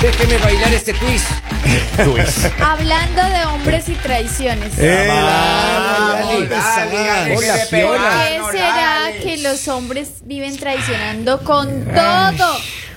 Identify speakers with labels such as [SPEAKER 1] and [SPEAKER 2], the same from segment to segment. [SPEAKER 1] déjeme bailar este quiz.
[SPEAKER 2] Hablando de hombres y traiciones.
[SPEAKER 3] Eh,
[SPEAKER 1] Dale,
[SPEAKER 3] dale, dale.
[SPEAKER 1] hola,
[SPEAKER 3] Hola,
[SPEAKER 1] Fiola.
[SPEAKER 2] ¿Qué será que los hombres viven traicionando con todo?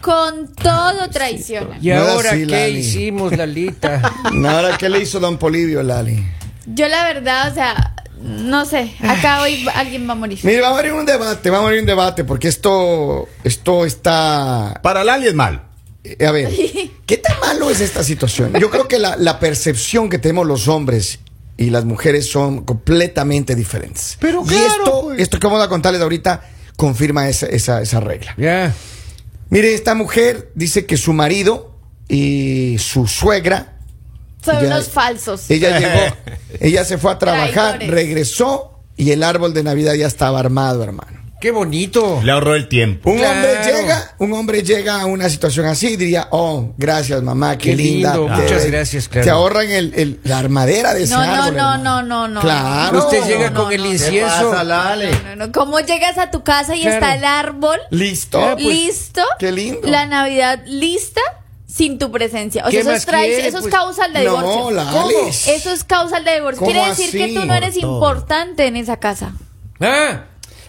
[SPEAKER 2] Con todo traicionan.
[SPEAKER 1] ¿Y
[SPEAKER 3] No era
[SPEAKER 1] ahora qué
[SPEAKER 3] así, Lali.
[SPEAKER 1] hicimos, Lalita?
[SPEAKER 3] No, Ahora, ¿qué le hizo Don Polivio, Lali?
[SPEAKER 2] Yo la verdad, o sea, no sé. Acá hoy alguien va a morir.
[SPEAKER 3] Mire, va a haber un debate, va a haber un debate, porque esto, esto está...
[SPEAKER 4] Para Lali es mal.
[SPEAKER 3] eh, A ver, ¿qué tan malo es esta situación? Yo creo que la, la percepción que tenemos los hombres y las mujeres son completamente diferentes.
[SPEAKER 4] Pero
[SPEAKER 3] y
[SPEAKER 4] claro,
[SPEAKER 3] esto,
[SPEAKER 4] pues.
[SPEAKER 3] esto que vamos a contarles ahorita confirma esa, esa, esa regla.
[SPEAKER 1] ya.
[SPEAKER 3] Mire, esta mujer dice que su marido y su suegra
[SPEAKER 2] Son
[SPEAKER 3] Ya-
[SPEAKER 2] unos falsos.
[SPEAKER 3] Ella llegó, ella se fue a trabajar,
[SPEAKER 2] Traidores.
[SPEAKER 3] regresó y el árbol de Navidad ya estaba armado, hermano.
[SPEAKER 1] Qué bonito.
[SPEAKER 4] Le ahorró el tiempo.
[SPEAKER 3] Un
[SPEAKER 1] Claro.
[SPEAKER 3] hombre llega, un hombre llega a una situación así y diría, oh, gracias mamá, qué,
[SPEAKER 1] Qué
[SPEAKER 3] linda.
[SPEAKER 1] lindo,
[SPEAKER 3] te-
[SPEAKER 1] muchas gracias, claro.
[SPEAKER 3] Te ahorran el, el- la armadera de ese
[SPEAKER 2] No, no,
[SPEAKER 3] árbol.
[SPEAKER 2] no,
[SPEAKER 3] hermano.
[SPEAKER 2] no, no, no.
[SPEAKER 3] Claro.
[SPEAKER 1] Usted llega
[SPEAKER 2] no,
[SPEAKER 1] con el
[SPEAKER 2] no, no.
[SPEAKER 1] incienso.
[SPEAKER 2] No, no, ¿Cómo llegas a tu casa y
[SPEAKER 1] Claro.
[SPEAKER 2] está el árbol
[SPEAKER 3] Listo.
[SPEAKER 1] Ah, pues,
[SPEAKER 2] listo?
[SPEAKER 3] qué lindo.
[SPEAKER 2] La Navidad lista sin tu presencia. O
[SPEAKER 1] ¿Qué
[SPEAKER 2] sea, eso
[SPEAKER 1] más
[SPEAKER 2] es, trai-
[SPEAKER 1] quiere,
[SPEAKER 2] eso es
[SPEAKER 1] pues?
[SPEAKER 2] causa de
[SPEAKER 3] No,
[SPEAKER 2] divorcio.
[SPEAKER 3] la
[SPEAKER 2] ¿Cómo?
[SPEAKER 3] Alice.
[SPEAKER 2] Eso es causa de divorcio.
[SPEAKER 3] ¿Cómo
[SPEAKER 2] Quiere decir que
[SPEAKER 3] así?
[SPEAKER 2] tú no eres importante en esa casa.
[SPEAKER 1] Ah,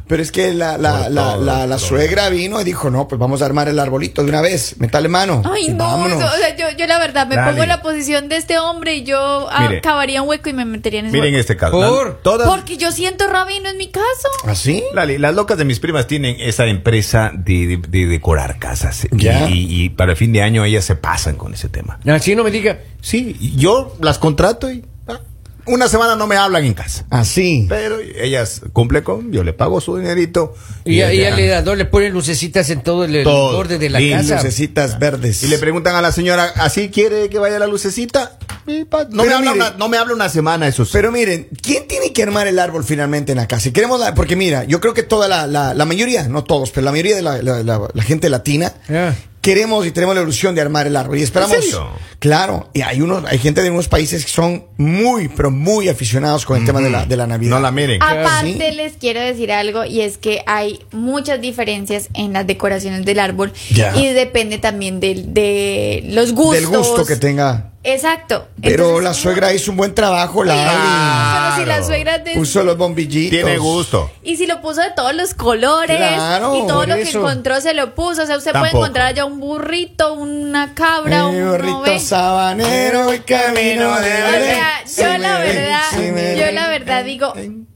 [SPEAKER 3] Pero es que la, la,
[SPEAKER 4] Por
[SPEAKER 3] la,
[SPEAKER 4] todo,
[SPEAKER 3] la- la
[SPEAKER 4] todo.
[SPEAKER 3] suegra vino y dijo, no, pues vamos a armar el arbolito de una vez, metale mano.
[SPEAKER 2] Ay,
[SPEAKER 3] y
[SPEAKER 2] no.
[SPEAKER 3] vámonos".
[SPEAKER 2] eso- o sea, yo, yo la verdad me
[SPEAKER 4] Dale.
[SPEAKER 2] pongo en la posición de este hombre y yo ah,
[SPEAKER 4] Mire.
[SPEAKER 2] cavaría un hueco y me metería en ese
[SPEAKER 4] Miren
[SPEAKER 2] hueco.
[SPEAKER 4] este caso.
[SPEAKER 1] Por-
[SPEAKER 4] Lali, todas,
[SPEAKER 2] Porque yo siento rabia y no es mi caso.
[SPEAKER 3] ¿Así?
[SPEAKER 4] Lali, las locas de mis primas tienen esa empresa de, de- de decorar casas. Y-
[SPEAKER 3] Ya.
[SPEAKER 4] Y, y para el fin de año ellas se pasan con ese tema.
[SPEAKER 1] así no me diga.
[SPEAKER 4] Sí, y yo las contrato y ah, una semana no me hablan en casa.
[SPEAKER 3] Así.
[SPEAKER 4] Pero ellas cumplen con, yo le pago su dinerito.
[SPEAKER 1] Y a, y
[SPEAKER 4] ella-
[SPEAKER 1] al heredador le ponen lucecitas en todo el, el
[SPEAKER 4] Todo.
[SPEAKER 1] borde de la
[SPEAKER 4] Y
[SPEAKER 1] casa.
[SPEAKER 3] Lucecitas verdes.
[SPEAKER 4] Y le preguntan a la señora, ¿así quiere que vaya la lucecita? Y pa- no, me
[SPEAKER 3] Pero
[SPEAKER 4] habla
[SPEAKER 3] mire.
[SPEAKER 4] una, no me habla una semana, eso sí.
[SPEAKER 3] Pero miren, ¿quién tiene que armar el árbol finalmente en la casa? Y queremos la- porque mira, yo creo que toda la, la- la mayoría, no todos, pero la mayoría de la, la- la- la gente latina,
[SPEAKER 1] Ya.
[SPEAKER 3] queremos y tenemos la ilusión de armar el árbol. Y esperamos.
[SPEAKER 4] Ah. ¿En serio?
[SPEAKER 3] Claro, y hay unos, hay gente de unos países que son muy, pero muy aficionados con el tema de la, de la Navidad.
[SPEAKER 4] no la miren.
[SPEAKER 2] Aparte
[SPEAKER 3] Ah, Sí.
[SPEAKER 2] les quiero decir algo y es que hay muchas diferencias en las decoraciones del árbol
[SPEAKER 3] Ya.
[SPEAKER 2] y depende también del- de, los gustos.
[SPEAKER 3] Del gusto que tenga.
[SPEAKER 2] Exacto.
[SPEAKER 3] Pero
[SPEAKER 2] Entonces,
[SPEAKER 3] la suegra hizo un buen trabajo, la
[SPEAKER 2] Ah, pero si la suegra
[SPEAKER 3] Ali.
[SPEAKER 2] de-
[SPEAKER 3] Puso los bombillitos.
[SPEAKER 4] Tiene gusto.
[SPEAKER 2] y si lo puso de todos los colores
[SPEAKER 3] Claro,
[SPEAKER 2] y todo
[SPEAKER 3] por
[SPEAKER 2] lo que
[SPEAKER 3] eso.
[SPEAKER 2] encontró se lo puso, o sea, usted
[SPEAKER 4] Tampoco.
[SPEAKER 2] puede encontrar ya un burrito, una cabra,
[SPEAKER 3] Mi
[SPEAKER 2] un
[SPEAKER 3] gorrito
[SPEAKER 2] ove-
[SPEAKER 3] sabanero y camino de
[SPEAKER 2] O
[SPEAKER 3] Belén.
[SPEAKER 2] sea,
[SPEAKER 3] Si
[SPEAKER 2] yo la
[SPEAKER 3] me ven,
[SPEAKER 2] verdad,
[SPEAKER 3] si me
[SPEAKER 2] yo
[SPEAKER 3] ven.
[SPEAKER 2] la verdad digo,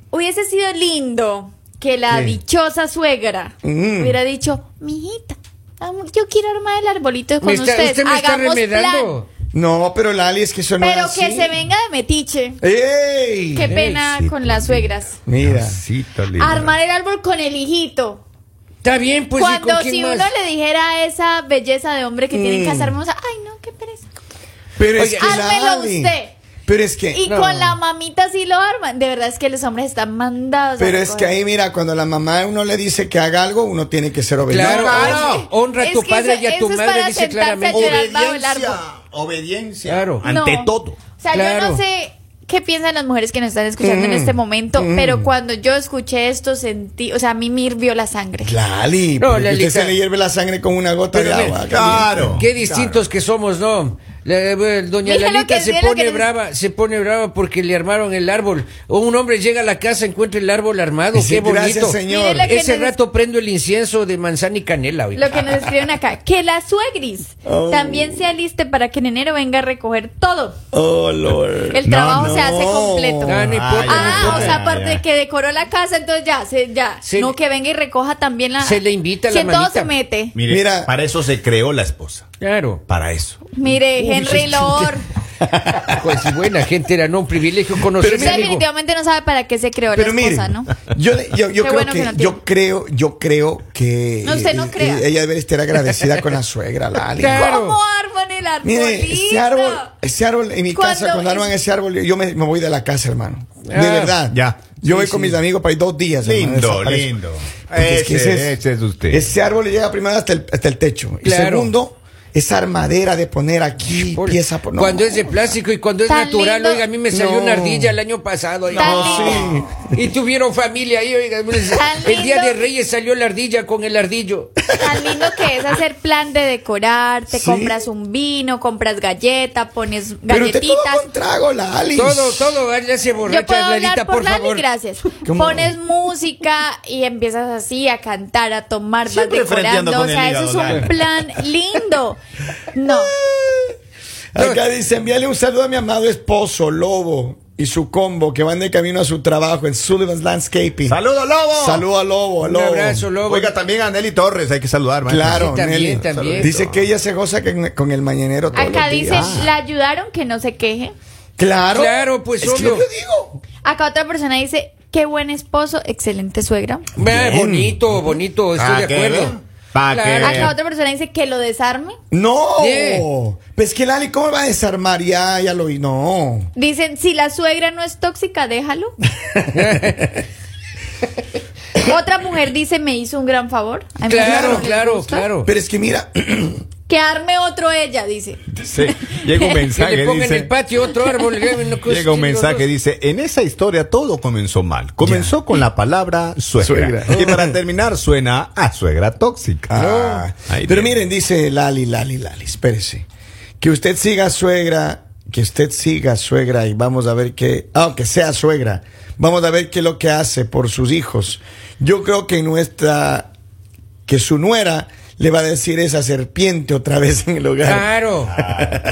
[SPEAKER 2] hubiese sido lindo que la
[SPEAKER 3] ¿Qué?
[SPEAKER 2] dichosa suegra
[SPEAKER 3] Mm.
[SPEAKER 2] hubiera dicho, mijita, am- yo quiero armar el arbolito con
[SPEAKER 1] Me está-
[SPEAKER 2] usted,
[SPEAKER 1] usted me está
[SPEAKER 2] hagamos plan,
[SPEAKER 1] remedando.
[SPEAKER 3] No, pero Lali es que eso no
[SPEAKER 2] pero
[SPEAKER 3] es
[SPEAKER 2] que
[SPEAKER 3] así.
[SPEAKER 2] se venga de metiche.
[SPEAKER 3] ¡Ey!
[SPEAKER 2] Qué pena
[SPEAKER 4] sí,
[SPEAKER 2] con las suegras.
[SPEAKER 3] Mira.
[SPEAKER 4] Diosito lindo.
[SPEAKER 2] Armar el árbol con el hijito.
[SPEAKER 1] Está bien, pues. ¿y con
[SPEAKER 2] Cuando
[SPEAKER 1] quién
[SPEAKER 2] si
[SPEAKER 1] más?
[SPEAKER 2] uno le dijera esa belleza de hombre que tiene en
[SPEAKER 3] Mm.
[SPEAKER 2] casa hermosa, ay no, qué pereza.
[SPEAKER 3] Pero
[SPEAKER 1] Oye, ah,
[SPEAKER 3] es que
[SPEAKER 2] hármelo
[SPEAKER 3] Lali.
[SPEAKER 2] usted.
[SPEAKER 3] Pero es que
[SPEAKER 2] Y
[SPEAKER 1] No.
[SPEAKER 2] con la mamita sí lo arman. De verdad es que los hombres están mandados. a
[SPEAKER 3] pero es que
[SPEAKER 2] recoger.
[SPEAKER 3] ahí mira, cuando la mamá a uno le dice que haga algo, uno tiene que ser obediente.
[SPEAKER 1] Claro,
[SPEAKER 4] Claro.
[SPEAKER 1] honra a
[SPEAKER 2] Es
[SPEAKER 1] tu
[SPEAKER 2] que
[SPEAKER 1] padre
[SPEAKER 2] eso-
[SPEAKER 1] y a tu
[SPEAKER 2] eso es
[SPEAKER 1] madre,
[SPEAKER 2] para
[SPEAKER 1] dice
[SPEAKER 2] sentarse a
[SPEAKER 1] claramente.
[SPEAKER 2] llorar. bajo el árbol.
[SPEAKER 4] obediencia.
[SPEAKER 1] Claro.
[SPEAKER 4] Ante
[SPEAKER 2] No.
[SPEAKER 4] todo.
[SPEAKER 2] O sea, yo
[SPEAKER 1] Claro.
[SPEAKER 2] no sé qué piensan las mujeres que nos están escuchando
[SPEAKER 3] Mm.
[SPEAKER 2] en este momento, pero cuando yo escuché esto sentí, o sea, a mí me hirvió la sangre.
[SPEAKER 3] Lali,
[SPEAKER 1] No,
[SPEAKER 3] porque
[SPEAKER 1] Lalita.
[SPEAKER 3] usted se le hierve la sangre con una gota
[SPEAKER 1] Pero
[SPEAKER 3] de
[SPEAKER 1] mira,
[SPEAKER 3] agua.
[SPEAKER 4] Claro.
[SPEAKER 1] Qué distintos que somos, ¿no? La- la- doña
[SPEAKER 2] Mira lo
[SPEAKER 1] Lalita
[SPEAKER 2] que
[SPEAKER 1] se
[SPEAKER 2] es, mira lo
[SPEAKER 1] pone
[SPEAKER 2] que es.
[SPEAKER 1] brava, se pone brava porque le armaron el árbel. O un hombre llega a la casa, encuentra el árbol armado,
[SPEAKER 3] Dice,
[SPEAKER 1] qué bonito.
[SPEAKER 3] "Gracias, señor".
[SPEAKER 2] Mire la que
[SPEAKER 1] Ese
[SPEAKER 2] nos-
[SPEAKER 1] rato prendo el incienso de manzana y canela. oiga.
[SPEAKER 2] Lo que nos escriben acá, que la suegris
[SPEAKER 3] Oh.
[SPEAKER 2] también se aliste para que en enero venga a recoger todo.
[SPEAKER 3] Oh, Lord.
[SPEAKER 2] El trabajo se hace
[SPEAKER 3] no.
[SPEAKER 2] completo.
[SPEAKER 1] Ah, no importa, no
[SPEAKER 2] Ah,
[SPEAKER 1] importa.
[SPEAKER 2] o sea, aparte de que decoró la casa, entonces ya, se, ya,
[SPEAKER 1] Se-
[SPEAKER 2] no que venga y recoja también la...
[SPEAKER 1] se le invita la
[SPEAKER 2] Si en todo
[SPEAKER 1] manita.
[SPEAKER 2] se mete.
[SPEAKER 4] Mire,
[SPEAKER 3] Mira.
[SPEAKER 4] para eso se creó la esposa.
[SPEAKER 1] Claro.
[SPEAKER 4] Para eso.
[SPEAKER 2] Mire, Henry Lord,
[SPEAKER 1] Pues si buena gente era, no un privilegio conocerme,
[SPEAKER 2] usted
[SPEAKER 1] amigo.
[SPEAKER 2] definitivamente no sabe para qué se creó
[SPEAKER 3] Pero
[SPEAKER 2] la
[SPEAKER 3] mire,
[SPEAKER 2] esposa, ¿no?
[SPEAKER 3] yo, le- yo, yo
[SPEAKER 2] Qué
[SPEAKER 3] creo
[SPEAKER 2] bueno
[SPEAKER 3] que,
[SPEAKER 2] que no tiene.
[SPEAKER 3] yo creo, yo creo que
[SPEAKER 2] No, usted no
[SPEAKER 3] y- y-
[SPEAKER 2] crea.
[SPEAKER 3] ella debe estar agradecida con la suegra, Lali.
[SPEAKER 1] Claro.
[SPEAKER 2] ¿Cómo arman el arbolito?
[SPEAKER 3] Mire, ese árbol, ese árbol en mi
[SPEAKER 2] Cuando
[SPEAKER 3] casa, cuando arman
[SPEAKER 2] es-
[SPEAKER 3] ese árbol, yo me, me voy de la casa, hermano. De
[SPEAKER 1] Ah,
[SPEAKER 3] verdad.
[SPEAKER 4] ya.
[SPEAKER 3] Yo
[SPEAKER 4] Sí,
[SPEAKER 3] voy con
[SPEAKER 4] sí.
[SPEAKER 3] mis amigos para ir dos días. hermano,
[SPEAKER 4] Lindo,
[SPEAKER 3] desaparezco.
[SPEAKER 4] lindo.
[SPEAKER 3] Porque es que
[SPEAKER 4] Ese-
[SPEAKER 3] ese, es-
[SPEAKER 4] ese es usted.
[SPEAKER 3] Ese árbol llega primero hasta el, hasta el techo. Y
[SPEAKER 1] Claro.
[SPEAKER 3] segundo, esa armadera de poner aquí,
[SPEAKER 1] Por-
[SPEAKER 3] pieza por no,
[SPEAKER 1] cuando es de plástico y cuando es
[SPEAKER 2] Tan
[SPEAKER 1] natural,
[SPEAKER 2] lindo.
[SPEAKER 1] oiga, a mí me salió una
[SPEAKER 3] No.
[SPEAKER 1] ardilla el año pasado. oiga.
[SPEAKER 2] Tan lindo.
[SPEAKER 1] Y tuvieron familia ahí, oiga. pues,
[SPEAKER 2] Tan
[SPEAKER 1] el día de
[SPEAKER 2] lindo.
[SPEAKER 1] Reyes salió la ardilla con el ardillo.
[SPEAKER 2] tan lindo que es hacer plan de decorar, te
[SPEAKER 3] Sí.
[SPEAKER 2] compras un vino, compras galleta, pones
[SPEAKER 3] Pero te todo
[SPEAKER 2] galletitas.
[SPEAKER 3] con trago, la Alice.
[SPEAKER 1] Todo, todo, vaya se
[SPEAKER 2] Yo puedo
[SPEAKER 1] borracha,
[SPEAKER 2] hablar
[SPEAKER 1] Lalita,
[SPEAKER 2] por
[SPEAKER 1] por
[SPEAKER 2] Lali,
[SPEAKER 1] favor.
[SPEAKER 2] gracias.
[SPEAKER 3] ¿Cómo?
[SPEAKER 2] Pones música y empiezas así a cantar, a tomar, vas
[SPEAKER 4] Siempre
[SPEAKER 2] decorando.
[SPEAKER 4] frenteando
[SPEAKER 2] O
[SPEAKER 4] con el
[SPEAKER 2] sea, eso es
[SPEAKER 4] hígado,
[SPEAKER 2] un
[SPEAKER 4] Lali.
[SPEAKER 2] plan lindo. No,
[SPEAKER 3] Acá dice, envíale un saludo a mi amado esposo, Lobo, y su combo, que van de camino a su trabajo en Sullivan's Landscaping.
[SPEAKER 4] ¡Saludos, Lobo!
[SPEAKER 3] Saludo a Lobo, a
[SPEAKER 1] Un
[SPEAKER 3] Lobo.
[SPEAKER 1] abrazo, Lobo.
[SPEAKER 4] Oiga, también a Nelly Torres, hay que saludar, maestro.
[SPEAKER 3] Claro,
[SPEAKER 1] Sí, también,
[SPEAKER 3] Nelly.
[SPEAKER 1] también.
[SPEAKER 3] Dice que ella se goza con, con el mañanero todos
[SPEAKER 2] acá
[SPEAKER 3] los días.
[SPEAKER 2] dice,
[SPEAKER 3] Ah.
[SPEAKER 2] la ayudaron que no se queje.
[SPEAKER 3] Claro.
[SPEAKER 1] Claro, pues,
[SPEAKER 3] Es que
[SPEAKER 1] obvio.
[SPEAKER 3] yo digo.
[SPEAKER 2] Acá otra persona dice, qué buen esposo, excelente suegra.
[SPEAKER 1] Vea,
[SPEAKER 3] Bien.
[SPEAKER 1] bonito, bonito, estoy
[SPEAKER 4] Pa'
[SPEAKER 1] de
[SPEAKER 4] que
[SPEAKER 1] acuerdo.
[SPEAKER 4] vea, pa' que
[SPEAKER 1] Claro.
[SPEAKER 4] vea.
[SPEAKER 2] Acá otra persona dice que lo desarme.
[SPEAKER 3] No.
[SPEAKER 1] Sí.
[SPEAKER 3] Pues que Lali, ¿cómo va a desarmar? Ya, ya lo vi. No.
[SPEAKER 2] Dicen, si la suegra no es tóxica, déjalo. Otra mujer dice, me hizo un gran favor. A mí
[SPEAKER 1] Claro,
[SPEAKER 2] no me
[SPEAKER 1] claro,
[SPEAKER 2] gusta.
[SPEAKER 1] claro.
[SPEAKER 3] Pero es que mira,
[SPEAKER 2] Que arme otro ella, dice.
[SPEAKER 4] Sí, llega un
[SPEAKER 1] Que le
[SPEAKER 4] mensaje,
[SPEAKER 1] ponga en el
[SPEAKER 4] dice...
[SPEAKER 1] patio otro árbol. que no cosa-
[SPEAKER 4] Llega un mensaje, dice, en esa historia todo comenzó mal. Comenzó con la palabra suegra.
[SPEAKER 3] Suegra.
[SPEAKER 4] Y para terminar suena a suegra tóxica.
[SPEAKER 3] Ah,
[SPEAKER 4] Ahí
[SPEAKER 3] pero
[SPEAKER 4] tiene.
[SPEAKER 3] miren, dice Lali, Lali, Lali, espérese. Que usted siga suegra, que usted siga suegra y vamos a ver qué, aunque sea suegra, vamos a ver qué es lo que hace por sus hijos. Yo creo que nuestra, que su nuera le va a decir esa serpiente otra vez en el hogar.
[SPEAKER 1] Claro,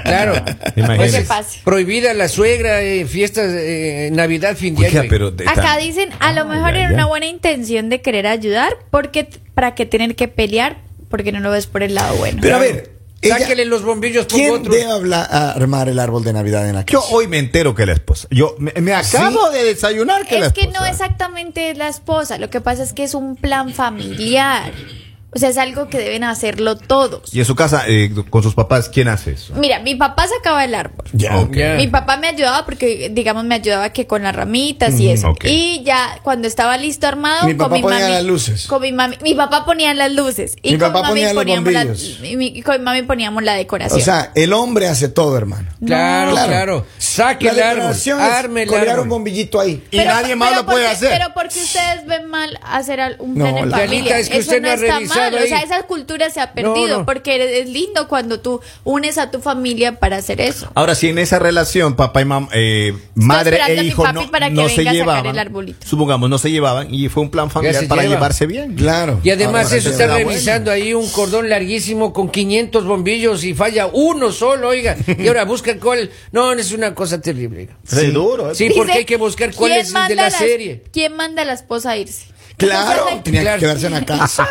[SPEAKER 1] claro.
[SPEAKER 4] Imagínese.
[SPEAKER 1] Pues,
[SPEAKER 2] Que pase.
[SPEAKER 1] prohibida la suegra, eh, fiestas, eh, Navidad, fin de
[SPEAKER 4] Oiga,
[SPEAKER 1] año.
[SPEAKER 4] pero de-
[SPEAKER 2] Acá
[SPEAKER 4] tan-
[SPEAKER 2] dicen, a
[SPEAKER 3] Ah,
[SPEAKER 2] lo
[SPEAKER 4] Ay,
[SPEAKER 2] mejor
[SPEAKER 4] ay,
[SPEAKER 2] era
[SPEAKER 4] ay.
[SPEAKER 2] una buena intención de querer ayudar, porque para qué tener que pelear, porque no lo ves por el lado bueno.
[SPEAKER 3] Pero a ver, ella-
[SPEAKER 1] Sáquele los bombillos por
[SPEAKER 3] ¿quién
[SPEAKER 1] pues otros.
[SPEAKER 3] debe habla- a armar el árbol de Navidad en la
[SPEAKER 4] Yo
[SPEAKER 3] casa?
[SPEAKER 4] hoy me entero que la esposa. Yo me, me acabo de desayunar que la
[SPEAKER 2] Es que
[SPEAKER 4] esposa.
[SPEAKER 2] no exactamente es la esposa, lo que pasa es que es un plan familiar. O sea, es algo que deben hacerlo todos.
[SPEAKER 4] Y en su casa, eh, con sus papás, ¿quién hace eso?
[SPEAKER 2] Mira, mi papá sacaba el árbol.
[SPEAKER 3] Ya.
[SPEAKER 4] Ok.
[SPEAKER 1] Ya.
[SPEAKER 2] Mi papá me ayudaba porque, digamos, me ayudaba que con las ramitas y eso.
[SPEAKER 4] ok.
[SPEAKER 2] Y ya cuando estaba listo armado,
[SPEAKER 3] Mi
[SPEAKER 2] con
[SPEAKER 3] papá
[SPEAKER 2] mi
[SPEAKER 3] ponía
[SPEAKER 2] mami,
[SPEAKER 3] las luces.
[SPEAKER 2] Con mi mami, mi papá ponía las luces. Y
[SPEAKER 3] Mi
[SPEAKER 2] con
[SPEAKER 3] papá
[SPEAKER 2] mami
[SPEAKER 3] ponía los
[SPEAKER 2] poníamos la,
[SPEAKER 3] bombillos.
[SPEAKER 2] y mi- y con mi mami poníamos la
[SPEAKER 3] O
[SPEAKER 2] decoración.
[SPEAKER 3] sea, el hombre hace todo, hermano.
[SPEAKER 1] Claro,
[SPEAKER 3] Claro.
[SPEAKER 1] claro, Saque
[SPEAKER 3] La
[SPEAKER 1] el árbol,
[SPEAKER 3] decoración es
[SPEAKER 1] arme el
[SPEAKER 3] colgar un
[SPEAKER 1] árbol.
[SPEAKER 3] bombillito ahí.
[SPEAKER 4] Y nadie más lo puede
[SPEAKER 2] porque-
[SPEAKER 4] hacer.
[SPEAKER 2] Pero porque ustedes ven mal hacer al- un
[SPEAKER 3] No,
[SPEAKER 2] plan en
[SPEAKER 3] la-
[SPEAKER 2] familia.
[SPEAKER 1] Lalita, es que
[SPEAKER 2] Eso
[SPEAKER 1] usted
[SPEAKER 2] no
[SPEAKER 1] no ha
[SPEAKER 2] está
[SPEAKER 1] revisado
[SPEAKER 2] mal. O sea,
[SPEAKER 1] ahí.
[SPEAKER 2] esa cultura se ha perdido
[SPEAKER 1] no.
[SPEAKER 2] porque es lindo cuando tú unes a tu familia para hacer eso.
[SPEAKER 4] Ahora, si en esa relación papá y mamá, eh, madre
[SPEAKER 2] esperando
[SPEAKER 4] e
[SPEAKER 2] a mi
[SPEAKER 4] hijo
[SPEAKER 2] papi
[SPEAKER 4] no,
[SPEAKER 2] para que
[SPEAKER 4] no se
[SPEAKER 2] venga a sacar
[SPEAKER 4] llevaban,
[SPEAKER 2] el arbolito.
[SPEAKER 4] supongamos, no se llevaban y fue un plan familiar
[SPEAKER 1] se
[SPEAKER 4] para
[SPEAKER 1] lleva.
[SPEAKER 4] llevarse bien.
[SPEAKER 3] Claro.
[SPEAKER 1] Y además
[SPEAKER 4] Ahora
[SPEAKER 1] eso
[SPEAKER 4] sí,
[SPEAKER 1] está
[SPEAKER 4] la abuela.
[SPEAKER 1] revisando ahí un cordón larguísimo con 500 bombillos y falla uno solo, oiga. Y ahora busca cuál. No, es una cosa terrible. oiga.
[SPEAKER 4] Sí, duro. ¿eh?
[SPEAKER 1] Sí, porque hay que buscar cuál
[SPEAKER 2] ¿quién
[SPEAKER 1] es
[SPEAKER 2] manda
[SPEAKER 1] de la serie.
[SPEAKER 2] ¿Quién manda a la esposa a irse?
[SPEAKER 3] Claro, tenía
[SPEAKER 1] Claro.
[SPEAKER 3] que quedarse en la casa.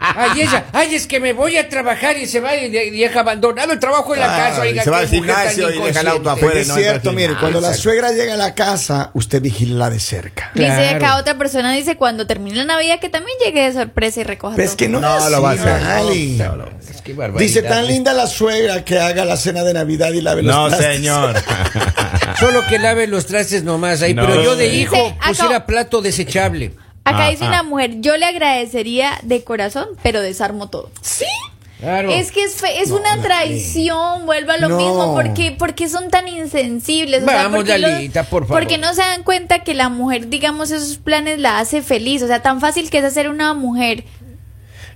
[SPEAKER 1] Ay, ella, ay, es que me voy a trabajar y se va y de- deja abandonado el trabajo en la
[SPEAKER 4] Claro,
[SPEAKER 1] casa, oiga.
[SPEAKER 4] se va
[SPEAKER 1] qué
[SPEAKER 4] al
[SPEAKER 1] mujer tan
[SPEAKER 4] gimnasio y deja el auto
[SPEAKER 1] inconsciente.
[SPEAKER 4] afuera. Puede
[SPEAKER 3] es
[SPEAKER 4] no
[SPEAKER 3] cierto,
[SPEAKER 4] entrar al
[SPEAKER 3] mire,
[SPEAKER 4] gimnasio.
[SPEAKER 3] cuando la
[SPEAKER 4] Exacto.
[SPEAKER 3] suegra llega a la casa, usted vigila de cerca.
[SPEAKER 2] Dice acá
[SPEAKER 1] Claro.
[SPEAKER 2] otra persona, dice cuando termine la Navidad que también llegue de sorpresa y recoja
[SPEAKER 3] Pero es
[SPEAKER 2] todo.
[SPEAKER 3] que no,
[SPEAKER 4] Pues No
[SPEAKER 3] es
[SPEAKER 4] lo va a
[SPEAKER 3] así,
[SPEAKER 4] hacer.
[SPEAKER 3] Ali.
[SPEAKER 4] No, no.
[SPEAKER 1] Es que barbaridad.
[SPEAKER 3] Dice, tan linda la suegra que haga la cena de Navidad y la ve los
[SPEAKER 4] No,
[SPEAKER 3] trastes".
[SPEAKER 4] señor.
[SPEAKER 1] Solo que lave los trastes nomás ahí,
[SPEAKER 4] No,
[SPEAKER 1] pero yo de
[SPEAKER 4] sí.
[SPEAKER 1] hijo
[SPEAKER 2] Dice, acá-
[SPEAKER 1] pusiera plato desechable.
[SPEAKER 2] Acá
[SPEAKER 4] Ah,
[SPEAKER 2] dice
[SPEAKER 4] ah.
[SPEAKER 2] una mujer, yo le agradecería de corazón, pero desarmo todo. ¿Sí?
[SPEAKER 1] Claro.
[SPEAKER 2] Es que es, fe- es una traición, vuelvo a lo
[SPEAKER 3] No.
[SPEAKER 2] mismo, porque porque son tan insensibles.
[SPEAKER 1] Vamos,
[SPEAKER 2] porque los-
[SPEAKER 1] Lalita, por favor.
[SPEAKER 2] Porque no se dan cuenta que la mujer, digamos, esos planes la hace feliz. O sea, tan fácil que es hacer una mujer,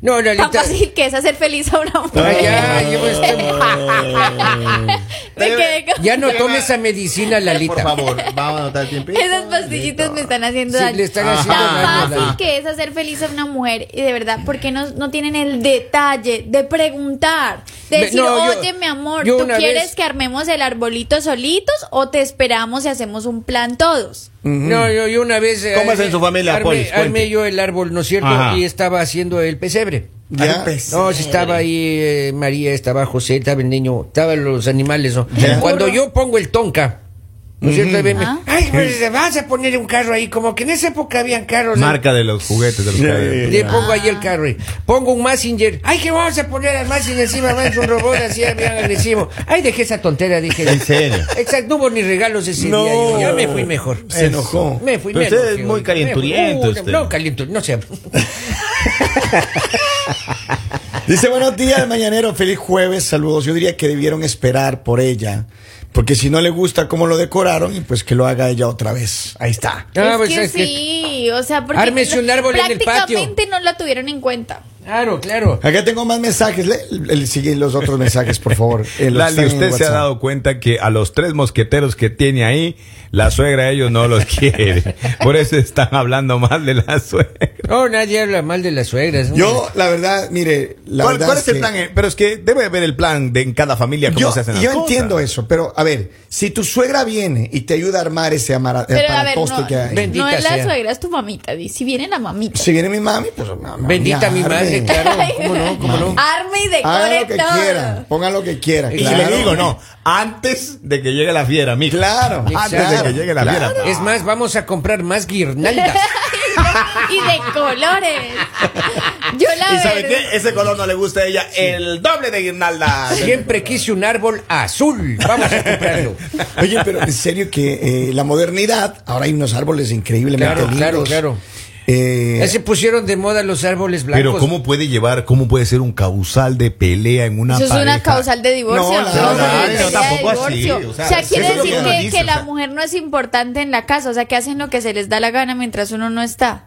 [SPEAKER 1] No,
[SPEAKER 2] tan
[SPEAKER 1] Lalita.
[SPEAKER 2] fácil que es hacer feliz a una mujer.
[SPEAKER 1] Ay, ya, llevo este-
[SPEAKER 2] Me quedé con-
[SPEAKER 1] Ya no tome esa medicina, Lalita.
[SPEAKER 4] Por favor, vamos a anotar el tiempo.
[SPEAKER 2] Esas pastillitas me están haciendo
[SPEAKER 1] Sí,
[SPEAKER 2] daño.
[SPEAKER 1] le están
[SPEAKER 4] Ajá.
[SPEAKER 1] haciendo
[SPEAKER 2] Tan
[SPEAKER 1] daño,
[SPEAKER 2] fácil
[SPEAKER 1] Lalita.
[SPEAKER 2] que es hacer feliz a una mujer y de verdad, ¿por qué no, no tienen el detalle de preguntar? De
[SPEAKER 1] Me-
[SPEAKER 2] decir,
[SPEAKER 1] no, yo-
[SPEAKER 2] oye, mi amor,
[SPEAKER 1] yo
[SPEAKER 2] ¿tú
[SPEAKER 1] una
[SPEAKER 2] quieres
[SPEAKER 1] vez-
[SPEAKER 2] que armemos el arbolito solitos o te esperamos y hacemos un plan todos?
[SPEAKER 1] No, yo, yo una vez. eh,
[SPEAKER 4] ¿Cómo es en
[SPEAKER 1] eh,
[SPEAKER 4] su familia,
[SPEAKER 1] armé-
[SPEAKER 4] Polis? Cuente.
[SPEAKER 1] armé yo el árbol, ¿no es cierto?
[SPEAKER 4] Ajá.
[SPEAKER 1] Y estaba haciendo el pesebre.
[SPEAKER 3] Ya.
[SPEAKER 1] No, si estaba ahí eh, María, estaba José, estaba el niño, estaban los animales. ¿no?
[SPEAKER 3] Ya.
[SPEAKER 1] Cuando yo pongo el tonca, ¿no es cierto? Ahí ven,
[SPEAKER 2] Ah.
[SPEAKER 1] Ay, pues le vas a poner un carro ahí, como que en esa época habían carros. ¿no?
[SPEAKER 4] Marca de los juguetes de los
[SPEAKER 3] Sí.
[SPEAKER 4] caballos.
[SPEAKER 1] Le pongo ahí el carro. eh. Pongo un Messenger. Ay, que vamos a poner al Messenger encima. man, Es un robot así, bien agresivo. Ay, dejé esa tontera, dije.
[SPEAKER 4] ¿En serio?
[SPEAKER 1] Exacto, no hubo ni regalos ese
[SPEAKER 3] No.
[SPEAKER 1] día. Yo ya me fui mejor.
[SPEAKER 3] Se enojó.
[SPEAKER 1] Me fui
[SPEAKER 4] Pero
[SPEAKER 1] mejor.
[SPEAKER 4] usted es muy calienturiento, usted.
[SPEAKER 1] No, calienturiento, no sé.
[SPEAKER 3] Dice, buenos días, mañanero, feliz jueves, saludos. Yo diría que debieron esperar por ella, porque si no le gusta cómo lo decoraron, y pues que lo haga ella otra vez. Ahí está.
[SPEAKER 1] Ah,
[SPEAKER 2] es
[SPEAKER 1] pues,
[SPEAKER 2] que
[SPEAKER 1] es que-
[SPEAKER 2] sí, o sea, porque
[SPEAKER 1] Ármese un árbol en el patio.
[SPEAKER 2] prácticamente no la tuvieron en cuenta.
[SPEAKER 1] Claro, claro.
[SPEAKER 3] Acá tengo más mensajes. Lee el- el- sigue los otros mensajes, por favor. Eh, los
[SPEAKER 4] Lali,
[SPEAKER 3] están en
[SPEAKER 4] usted se ha
[SPEAKER 3] WhatsApp.
[SPEAKER 4] dado cuenta que a los tres mosqueteros que tiene ahí, la suegra ellos no los quiere. Por eso están hablando mal de la suegra.
[SPEAKER 1] No, nadie habla mal de las suegras. ¿no?
[SPEAKER 3] Yo, la verdad, mire, la
[SPEAKER 4] ¿Cuál,
[SPEAKER 3] verdad
[SPEAKER 4] cuál
[SPEAKER 3] es
[SPEAKER 4] es el
[SPEAKER 3] que-
[SPEAKER 4] plan? eh? Pero es que debe haber el plan de en cada familia cómo
[SPEAKER 3] Yo,
[SPEAKER 4] se hacen las
[SPEAKER 3] yo
[SPEAKER 4] cosas.
[SPEAKER 3] entiendo eso, pero a ver, si tu suegra viene y te ayuda a armar ese amara, eh,
[SPEAKER 2] Pero a ver,
[SPEAKER 3] aparatosto
[SPEAKER 2] no,
[SPEAKER 3] que hay.
[SPEAKER 1] Ven.
[SPEAKER 2] no
[SPEAKER 1] Bendita
[SPEAKER 2] es la
[SPEAKER 1] sea.
[SPEAKER 2] suegra, es tu mamita. di. Si viene la mamita.
[SPEAKER 3] Si viene mi mami, pues ma- ma-
[SPEAKER 1] Bendita mi
[SPEAKER 3] armen.
[SPEAKER 1] madre, claro. ¿Cómo no? ¿Cómo no?
[SPEAKER 2] Arme y
[SPEAKER 3] Hagan
[SPEAKER 2] decore
[SPEAKER 3] lo que
[SPEAKER 2] todo.
[SPEAKER 3] quieran, pongan lo que quieran.
[SPEAKER 1] Y
[SPEAKER 4] Y
[SPEAKER 3] claro.
[SPEAKER 4] le digo, no, antes de que llegue la fiera, mijo.
[SPEAKER 3] Claro,
[SPEAKER 4] Antes
[SPEAKER 3] claro,
[SPEAKER 4] de que llegue la
[SPEAKER 3] claro.
[SPEAKER 4] fiera.
[SPEAKER 1] Es más, vamos a comprar más guirnaldas.
[SPEAKER 2] y de colores. Yo la
[SPEAKER 4] ¿Y sabe
[SPEAKER 2] verdad-
[SPEAKER 4] qué? Ese color no le gusta a ella. El doble de guirnalda.
[SPEAKER 1] Siempre quise un árbol azul. Vamos a comprarlo.
[SPEAKER 3] Oye, pero en serio que eh, la modernidad, ahora hay unos árboles increíblemente
[SPEAKER 1] Claro, claro,
[SPEAKER 3] lindos.
[SPEAKER 1] claro.
[SPEAKER 3] Eh,
[SPEAKER 1] Ya se pusieron de moda los árboles blancos.
[SPEAKER 4] Pero ¿cómo puede llevar, cómo puede ser un causal de pelea en una
[SPEAKER 2] Eso es una
[SPEAKER 4] pareja?
[SPEAKER 2] causal de divorcio.
[SPEAKER 3] No, la
[SPEAKER 2] Causal
[SPEAKER 4] verdad,
[SPEAKER 2] de
[SPEAKER 4] no,
[SPEAKER 2] pelea de
[SPEAKER 4] tampoco así,
[SPEAKER 2] divorcio.
[SPEAKER 4] o
[SPEAKER 2] O
[SPEAKER 4] sea,
[SPEAKER 2] sea,
[SPEAKER 4] eso
[SPEAKER 2] quiere
[SPEAKER 4] es lo que
[SPEAKER 2] decir
[SPEAKER 4] uno
[SPEAKER 2] que,
[SPEAKER 4] dice,
[SPEAKER 2] que
[SPEAKER 4] o
[SPEAKER 2] la
[SPEAKER 4] sea.
[SPEAKER 2] mujer no es importante en la casa, o sea, que hacen lo que se les da la gana mientras uno no está.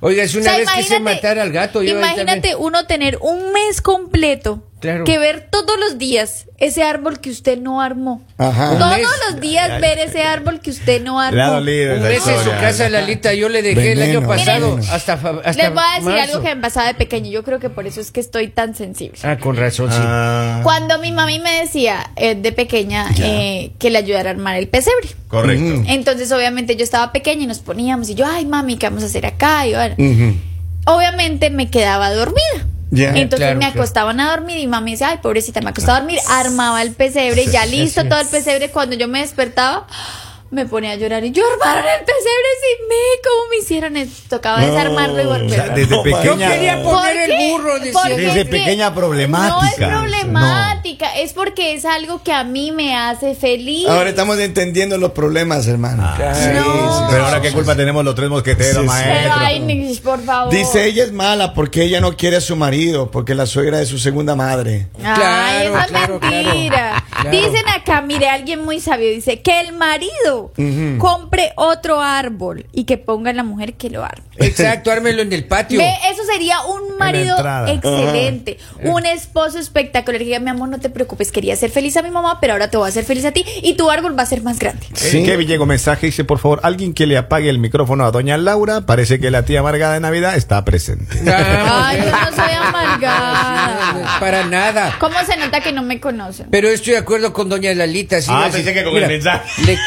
[SPEAKER 1] Oiga, es
[SPEAKER 2] O
[SPEAKER 1] una
[SPEAKER 2] sea,
[SPEAKER 1] vez quise matar al gato. yo ahí
[SPEAKER 2] imagínate
[SPEAKER 1] también.
[SPEAKER 2] uno tener un mes completo
[SPEAKER 1] Claro.
[SPEAKER 2] que ver todos los días ese árbol que usted no armó.
[SPEAKER 3] Ajá.
[SPEAKER 1] Un mes.
[SPEAKER 2] Todos los días ver ese árbol que usted no armó.
[SPEAKER 4] Le ha dolido
[SPEAKER 1] Un
[SPEAKER 4] esa
[SPEAKER 1] mes en su
[SPEAKER 4] historia.
[SPEAKER 1] casa, Lalita, yo le dejé el año
[SPEAKER 3] Veneno,
[SPEAKER 1] pasado
[SPEAKER 3] veneno.
[SPEAKER 1] hasta, fa- hasta
[SPEAKER 2] Les voy a decir
[SPEAKER 1] marzo.
[SPEAKER 2] algo que me pasaba de pequeño. Yo creo que por eso es que estoy tan sensible.
[SPEAKER 1] Ah, con razón, sí.
[SPEAKER 4] Ah,
[SPEAKER 2] Cuando mi mami me decía eh, de pequeña eh, que le ayudara a armar el pesebre.
[SPEAKER 4] correcto.
[SPEAKER 2] Entonces, obviamente, yo estaba pequeña y nos poníamos y yo, ay, mami, ¿qué vamos a hacer acá? Y bueno,
[SPEAKER 3] ujú.
[SPEAKER 2] obviamente me quedaba dormida.
[SPEAKER 3] Ya.
[SPEAKER 2] Entonces
[SPEAKER 1] Claro,
[SPEAKER 2] me
[SPEAKER 1] claro.
[SPEAKER 2] acostaban a dormir y mami decía, ay, pobrecita, me acostaba a dormir,
[SPEAKER 4] Ah.
[SPEAKER 2] armaba el pesebre, ya listo todo el pesebre. Cuando yo me despertaba, me ponía a llorar y yo armaron el pesebre sin mí, ¿cómo me hicieron esto? Tocaba desarmarlo y
[SPEAKER 4] O
[SPEAKER 2] volverlo.
[SPEAKER 4] sea, desde
[SPEAKER 1] Yo
[SPEAKER 3] No,
[SPEAKER 4] pequeña.
[SPEAKER 1] quería
[SPEAKER 2] ¿Por
[SPEAKER 1] poner el
[SPEAKER 2] qué?
[SPEAKER 1] burro, decía.
[SPEAKER 2] Porque
[SPEAKER 4] Desde
[SPEAKER 2] es que
[SPEAKER 4] pequeña problemática.
[SPEAKER 2] No es problemática, es porque es algo que a mí me hace feliz.
[SPEAKER 3] Ahora estamos entendiendo los problemas, hermano.
[SPEAKER 4] Ah.
[SPEAKER 3] Sí, sí,
[SPEAKER 4] Pero ahora qué culpa tenemos los tres mosqueteros,
[SPEAKER 3] Sí, sí.
[SPEAKER 2] Pero
[SPEAKER 4] maestro.
[SPEAKER 2] ay, Nish, por favor.
[SPEAKER 3] Dice, ella es mala porque ella no quiere a su marido, porque la suegra es su segunda madre.
[SPEAKER 2] Ay,
[SPEAKER 1] Claro,
[SPEAKER 2] esa
[SPEAKER 1] claro,
[SPEAKER 2] mentira.
[SPEAKER 1] claro.
[SPEAKER 2] Dicen acá, mire, alguien muy sabio dice que el marido compre otro árbol y que ponga la mujer que lo arme.
[SPEAKER 1] Exacto, ármelo en el patio.
[SPEAKER 2] Ve, eso sería un marido
[SPEAKER 4] entrada.
[SPEAKER 2] excelente, un esposo espectacular que diga, mi amor, no te preocupes, quería ser feliz a mi mamá, pero ahora te voy a hacer feliz a ti y tu árbol va a ser más grande.
[SPEAKER 3] Sí.
[SPEAKER 4] Eh, Kevin llegó mensaje dice, por favor, alguien que le apague el micrófono a doña Laura. Parece que la tía amargada de Navidad está presente.
[SPEAKER 1] Vamos,
[SPEAKER 2] Ay,
[SPEAKER 1] ve.
[SPEAKER 2] yo no soy
[SPEAKER 1] No, no,
[SPEAKER 2] amargada.
[SPEAKER 1] no, Para nada.
[SPEAKER 2] ¿Cómo se nota que no me conocen?
[SPEAKER 1] Pero estoy de acuerdo con doña Lalita. si
[SPEAKER 4] Ah,
[SPEAKER 1] no-
[SPEAKER 4] sí, sé que con el mensaje.
[SPEAKER 1] le-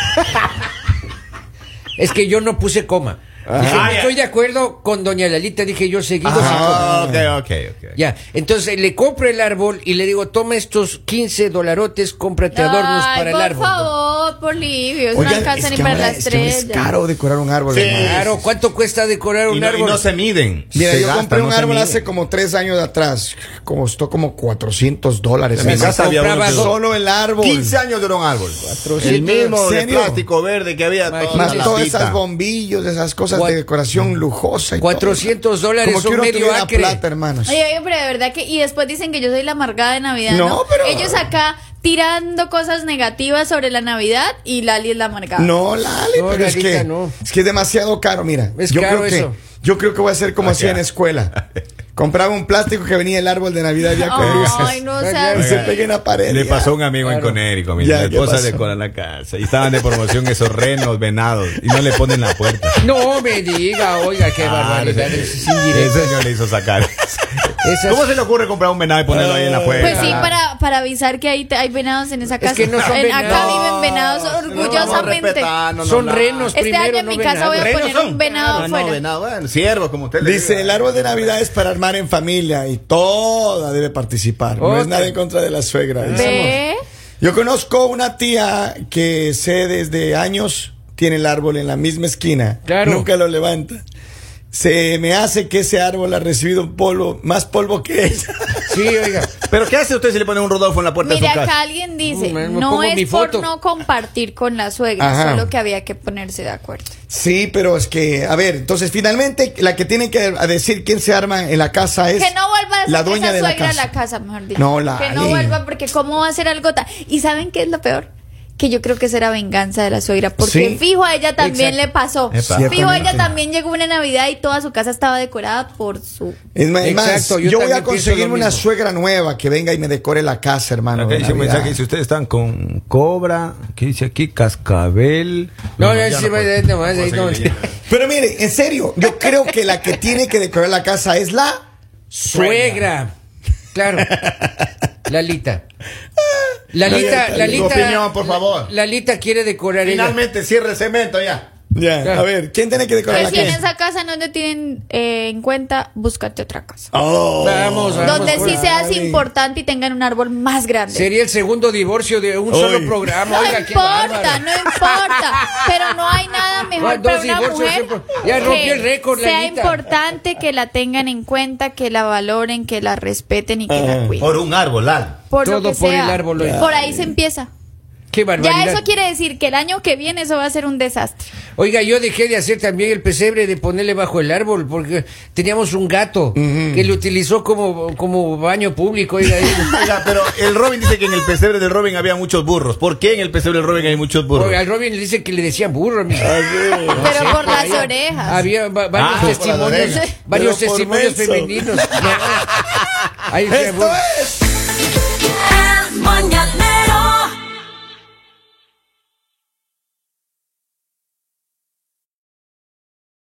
[SPEAKER 1] es que yo no puse coma. Dije,
[SPEAKER 4] Ah, ya.
[SPEAKER 1] estoy de acuerdo con doña Lalita. Dije yo seguido. sin coma.
[SPEAKER 4] Ah, ok, ok, ok.
[SPEAKER 1] Ya, entonces le compro el árbol y le digo, toma estos 15 dolarotes, cómprate adornos
[SPEAKER 2] Ay,
[SPEAKER 1] para el
[SPEAKER 2] por
[SPEAKER 1] árbol.
[SPEAKER 2] favor, Polivio, eso Pues no
[SPEAKER 3] Oigan,
[SPEAKER 2] alcanza
[SPEAKER 3] es
[SPEAKER 2] ni
[SPEAKER 3] que
[SPEAKER 2] para
[SPEAKER 3] ahora
[SPEAKER 2] la
[SPEAKER 3] es que
[SPEAKER 2] estrella.
[SPEAKER 3] es caro decorar un árbol.
[SPEAKER 4] Sí.
[SPEAKER 3] hermano.
[SPEAKER 1] Claro, ¿cuánto cuesta decorar
[SPEAKER 4] Y
[SPEAKER 1] un
[SPEAKER 4] no, y
[SPEAKER 1] árbol?
[SPEAKER 4] no se miden.
[SPEAKER 3] Mira,
[SPEAKER 4] Se
[SPEAKER 3] yo
[SPEAKER 4] gasta,
[SPEAKER 3] compré
[SPEAKER 4] no
[SPEAKER 3] un
[SPEAKER 4] se
[SPEAKER 3] árbol
[SPEAKER 4] miden.
[SPEAKER 3] hace como tres años atrás. Costó como 400 dólares.
[SPEAKER 4] En mi
[SPEAKER 3] hermano.
[SPEAKER 4] casa había
[SPEAKER 1] compraba
[SPEAKER 4] uno que-
[SPEAKER 1] dos-
[SPEAKER 3] Solo el árbol.
[SPEAKER 4] 15 años duró un árbol. El
[SPEAKER 1] 400.
[SPEAKER 4] mismo
[SPEAKER 3] ¿En
[SPEAKER 4] de
[SPEAKER 3] serio?
[SPEAKER 4] plástico verde que había. toda
[SPEAKER 1] Más
[SPEAKER 3] Más
[SPEAKER 4] la
[SPEAKER 3] todas
[SPEAKER 4] lapita.
[SPEAKER 3] esas bombillos, esas cosas
[SPEAKER 1] Cuat-
[SPEAKER 3] de decoración lujosa. y todo.
[SPEAKER 1] 400 dólares
[SPEAKER 3] Como que
[SPEAKER 1] son
[SPEAKER 3] uno
[SPEAKER 1] medio
[SPEAKER 3] tuviera
[SPEAKER 1] acre.
[SPEAKER 3] plata, hermanos.
[SPEAKER 2] Oye, oye, pero de verdad que. Y después dicen que yo soy la amargada de Navidad.
[SPEAKER 3] No,
[SPEAKER 2] No,
[SPEAKER 3] pero-
[SPEAKER 2] Ellos acá tirando cosas negativas sobre la Navidad y Lali es la amargada.
[SPEAKER 3] No, Lali,
[SPEAKER 1] No,
[SPEAKER 3] pero es
[SPEAKER 1] Lalita,
[SPEAKER 3] que,
[SPEAKER 1] no.
[SPEAKER 3] es que es demasiado caro, mira.
[SPEAKER 1] Es
[SPEAKER 3] yo
[SPEAKER 1] caro
[SPEAKER 3] creo que,
[SPEAKER 1] eso.
[SPEAKER 3] Yo creo que voy a hacer como
[SPEAKER 4] Ah,
[SPEAKER 3] hacía
[SPEAKER 4] ya.
[SPEAKER 3] en escuela. Compraba un plástico que venía el árbol de Navidad
[SPEAKER 2] Oh.
[SPEAKER 3] ya con
[SPEAKER 2] Ay,
[SPEAKER 3] luces.
[SPEAKER 2] no
[SPEAKER 1] Oiga,
[SPEAKER 3] Y
[SPEAKER 2] seas
[SPEAKER 3] se pega en la pared.
[SPEAKER 4] Le
[SPEAKER 3] ya.
[SPEAKER 4] pasó a un amigo
[SPEAKER 1] Claro.
[SPEAKER 4] en Conérico, mi
[SPEAKER 3] Ya,
[SPEAKER 4] la
[SPEAKER 3] ¿qué
[SPEAKER 4] esposa
[SPEAKER 3] pasó?
[SPEAKER 4] decoran la casa. Y estaban de promoción esos renos, venados, y no le ponen la puerta.
[SPEAKER 1] No me diga, oiga, qué barbaridad. es indirecto.
[SPEAKER 4] Ah, Ese señor le hizo sacar.
[SPEAKER 1] Esas-
[SPEAKER 4] ¿Cómo se le ocurre comprar un venado y ponerlo ahí en la puerta?
[SPEAKER 2] Pues sí, para, para avisar que ahí te- hay venados en esa casa.
[SPEAKER 1] que no son
[SPEAKER 2] En- acá
[SPEAKER 1] venados.
[SPEAKER 2] viven venados orgullosamente.
[SPEAKER 1] Son renos
[SPEAKER 2] este
[SPEAKER 1] primero,
[SPEAKER 2] año en mi
[SPEAKER 1] no
[SPEAKER 2] casa voy a
[SPEAKER 1] venado.
[SPEAKER 2] poner un venado afuera.
[SPEAKER 4] bueno, siervos, como usted le
[SPEAKER 3] Dice, el árbol de Navidad es para armar en familia y toda debe participar. No es
[SPEAKER 1] Otra.
[SPEAKER 3] nada en contra de la suegra. dice.
[SPEAKER 2] ¿Ve?
[SPEAKER 3] Yo conozco una tía que sé desde años tiene el árbol en la misma esquina.
[SPEAKER 1] Claro.
[SPEAKER 3] Nunca lo levanta. Se me hace que ese árbol ha recibido un polvo, más polvo que ella.
[SPEAKER 1] Sí, oiga.
[SPEAKER 4] ¿Pero qué hace usted si le pone un Rodolfo en la puerta
[SPEAKER 2] Mira,
[SPEAKER 4] de su casa?
[SPEAKER 2] acá alguien dice,
[SPEAKER 1] Mm, me- me
[SPEAKER 2] no
[SPEAKER 1] pongo mi
[SPEAKER 2] es por
[SPEAKER 1] foto".
[SPEAKER 2] no compartir con la suegra,
[SPEAKER 3] Ajá.
[SPEAKER 2] solo que había que ponerse de acuerdo.
[SPEAKER 3] Sí, pero es que, a ver, entonces finalmente la que tiene que a decir quién se arma en la casa es
[SPEAKER 2] Que no vuelva a
[SPEAKER 3] la
[SPEAKER 2] hacer
[SPEAKER 3] dueña
[SPEAKER 2] esa
[SPEAKER 3] de la
[SPEAKER 2] suegra
[SPEAKER 3] casa.
[SPEAKER 2] a la casa, mejor dicho.
[SPEAKER 3] No, la-
[SPEAKER 2] Que no vuelva porque cómo va a ser algo tan... ¿Y saben qué es lo peor? que yo creo que será venganza de la suegra, porque
[SPEAKER 3] Sí.
[SPEAKER 2] fijo a ella también
[SPEAKER 1] Exacto.
[SPEAKER 2] le pasó.
[SPEAKER 4] Epa.
[SPEAKER 2] Fijo a ella
[SPEAKER 3] Ciertamente.
[SPEAKER 2] también llegó una Navidad y toda su casa estaba decorada por su
[SPEAKER 3] Es más, es más,
[SPEAKER 1] Exacto, yo
[SPEAKER 3] yo, voy a
[SPEAKER 1] también pienso
[SPEAKER 3] conseguirme
[SPEAKER 1] lo
[SPEAKER 3] una
[SPEAKER 1] mismo.
[SPEAKER 3] suegra nueva que venga y me decore la casa, hermano.
[SPEAKER 4] Acá
[SPEAKER 3] de
[SPEAKER 4] dice un
[SPEAKER 3] Navidad.
[SPEAKER 4] mensaje, dice, ustedes están con cobra, ¿qué dice aquí? Cascabel.
[SPEAKER 1] No, no, sí,
[SPEAKER 4] puedo-
[SPEAKER 1] no,
[SPEAKER 4] puedo
[SPEAKER 1] ahí no.
[SPEAKER 4] seguir leyendo.
[SPEAKER 3] Pero mire, en serio, yo creo que la que tiene que decorar la casa es la
[SPEAKER 1] Suegra. Claro. Lalita. Lalita,
[SPEAKER 3] Lalita,
[SPEAKER 1] Lalita.
[SPEAKER 5] tu opinión, por favor.
[SPEAKER 1] Lalita quiere decorar ella.
[SPEAKER 5] Finalmente cierre el cemento ya.
[SPEAKER 3] Ya, a ver, ¿quién tiene que decorar la
[SPEAKER 2] Pero Pues si en
[SPEAKER 3] casa?
[SPEAKER 2] esa casa no te tienen eh, en cuenta, búscate otra casa.
[SPEAKER 3] Oh.
[SPEAKER 1] Vamos, vamos.
[SPEAKER 2] Donde
[SPEAKER 1] por-
[SPEAKER 2] sí seas importante y tengan un árbol más grande.
[SPEAKER 1] Sería el segundo divorcio de un
[SPEAKER 3] Uy.
[SPEAKER 1] solo programa.
[SPEAKER 2] No
[SPEAKER 1] Oiga, qué
[SPEAKER 2] importa,
[SPEAKER 1] bárbaro.
[SPEAKER 2] no importa. Pero no hay nada mejor
[SPEAKER 1] Dos
[SPEAKER 2] para una
[SPEAKER 1] divorcios,
[SPEAKER 2] mujer.
[SPEAKER 1] siempre- ya rompió
[SPEAKER 2] que
[SPEAKER 1] el récord,
[SPEAKER 2] Sea
[SPEAKER 1] Lalita.
[SPEAKER 2] importante que la tengan en cuenta, que la valoren, que la respeten y que la cuiden.
[SPEAKER 5] Ah. Por un árbol, Lalo.
[SPEAKER 2] Por lo
[SPEAKER 1] Todo
[SPEAKER 2] que
[SPEAKER 1] por
[SPEAKER 2] sea.
[SPEAKER 1] el árbol, oiga.
[SPEAKER 2] Por ahí se empieza.
[SPEAKER 1] Qué barbaridad.
[SPEAKER 2] Ya eso quiere decir que el año que viene eso va a ser un desastre.
[SPEAKER 1] Oiga, yo dejé de hacer también el pesebre de ponerle bajo el árbol porque teníamos un gato que lo utilizó como, como baño público. Oiga, y-
[SPEAKER 5] Oiga, pero el Robin dice que en el pesebre del Robin había muchos burros. ¿Por qué en el pesebre del Robin hay muchos burros?
[SPEAKER 1] oiga, al Robin le dice que le decían burro. mi-
[SPEAKER 2] Pero por las
[SPEAKER 1] Había-
[SPEAKER 2] orejas.
[SPEAKER 1] Había va- varios
[SPEAKER 5] Ah, por las
[SPEAKER 1] testimonios,
[SPEAKER 5] orejas.
[SPEAKER 1] varios
[SPEAKER 3] Pero por
[SPEAKER 1] testimonios
[SPEAKER 3] menso.
[SPEAKER 1] femeninos. Ahí se-
[SPEAKER 3] Esto es.
[SPEAKER 6] El mañanero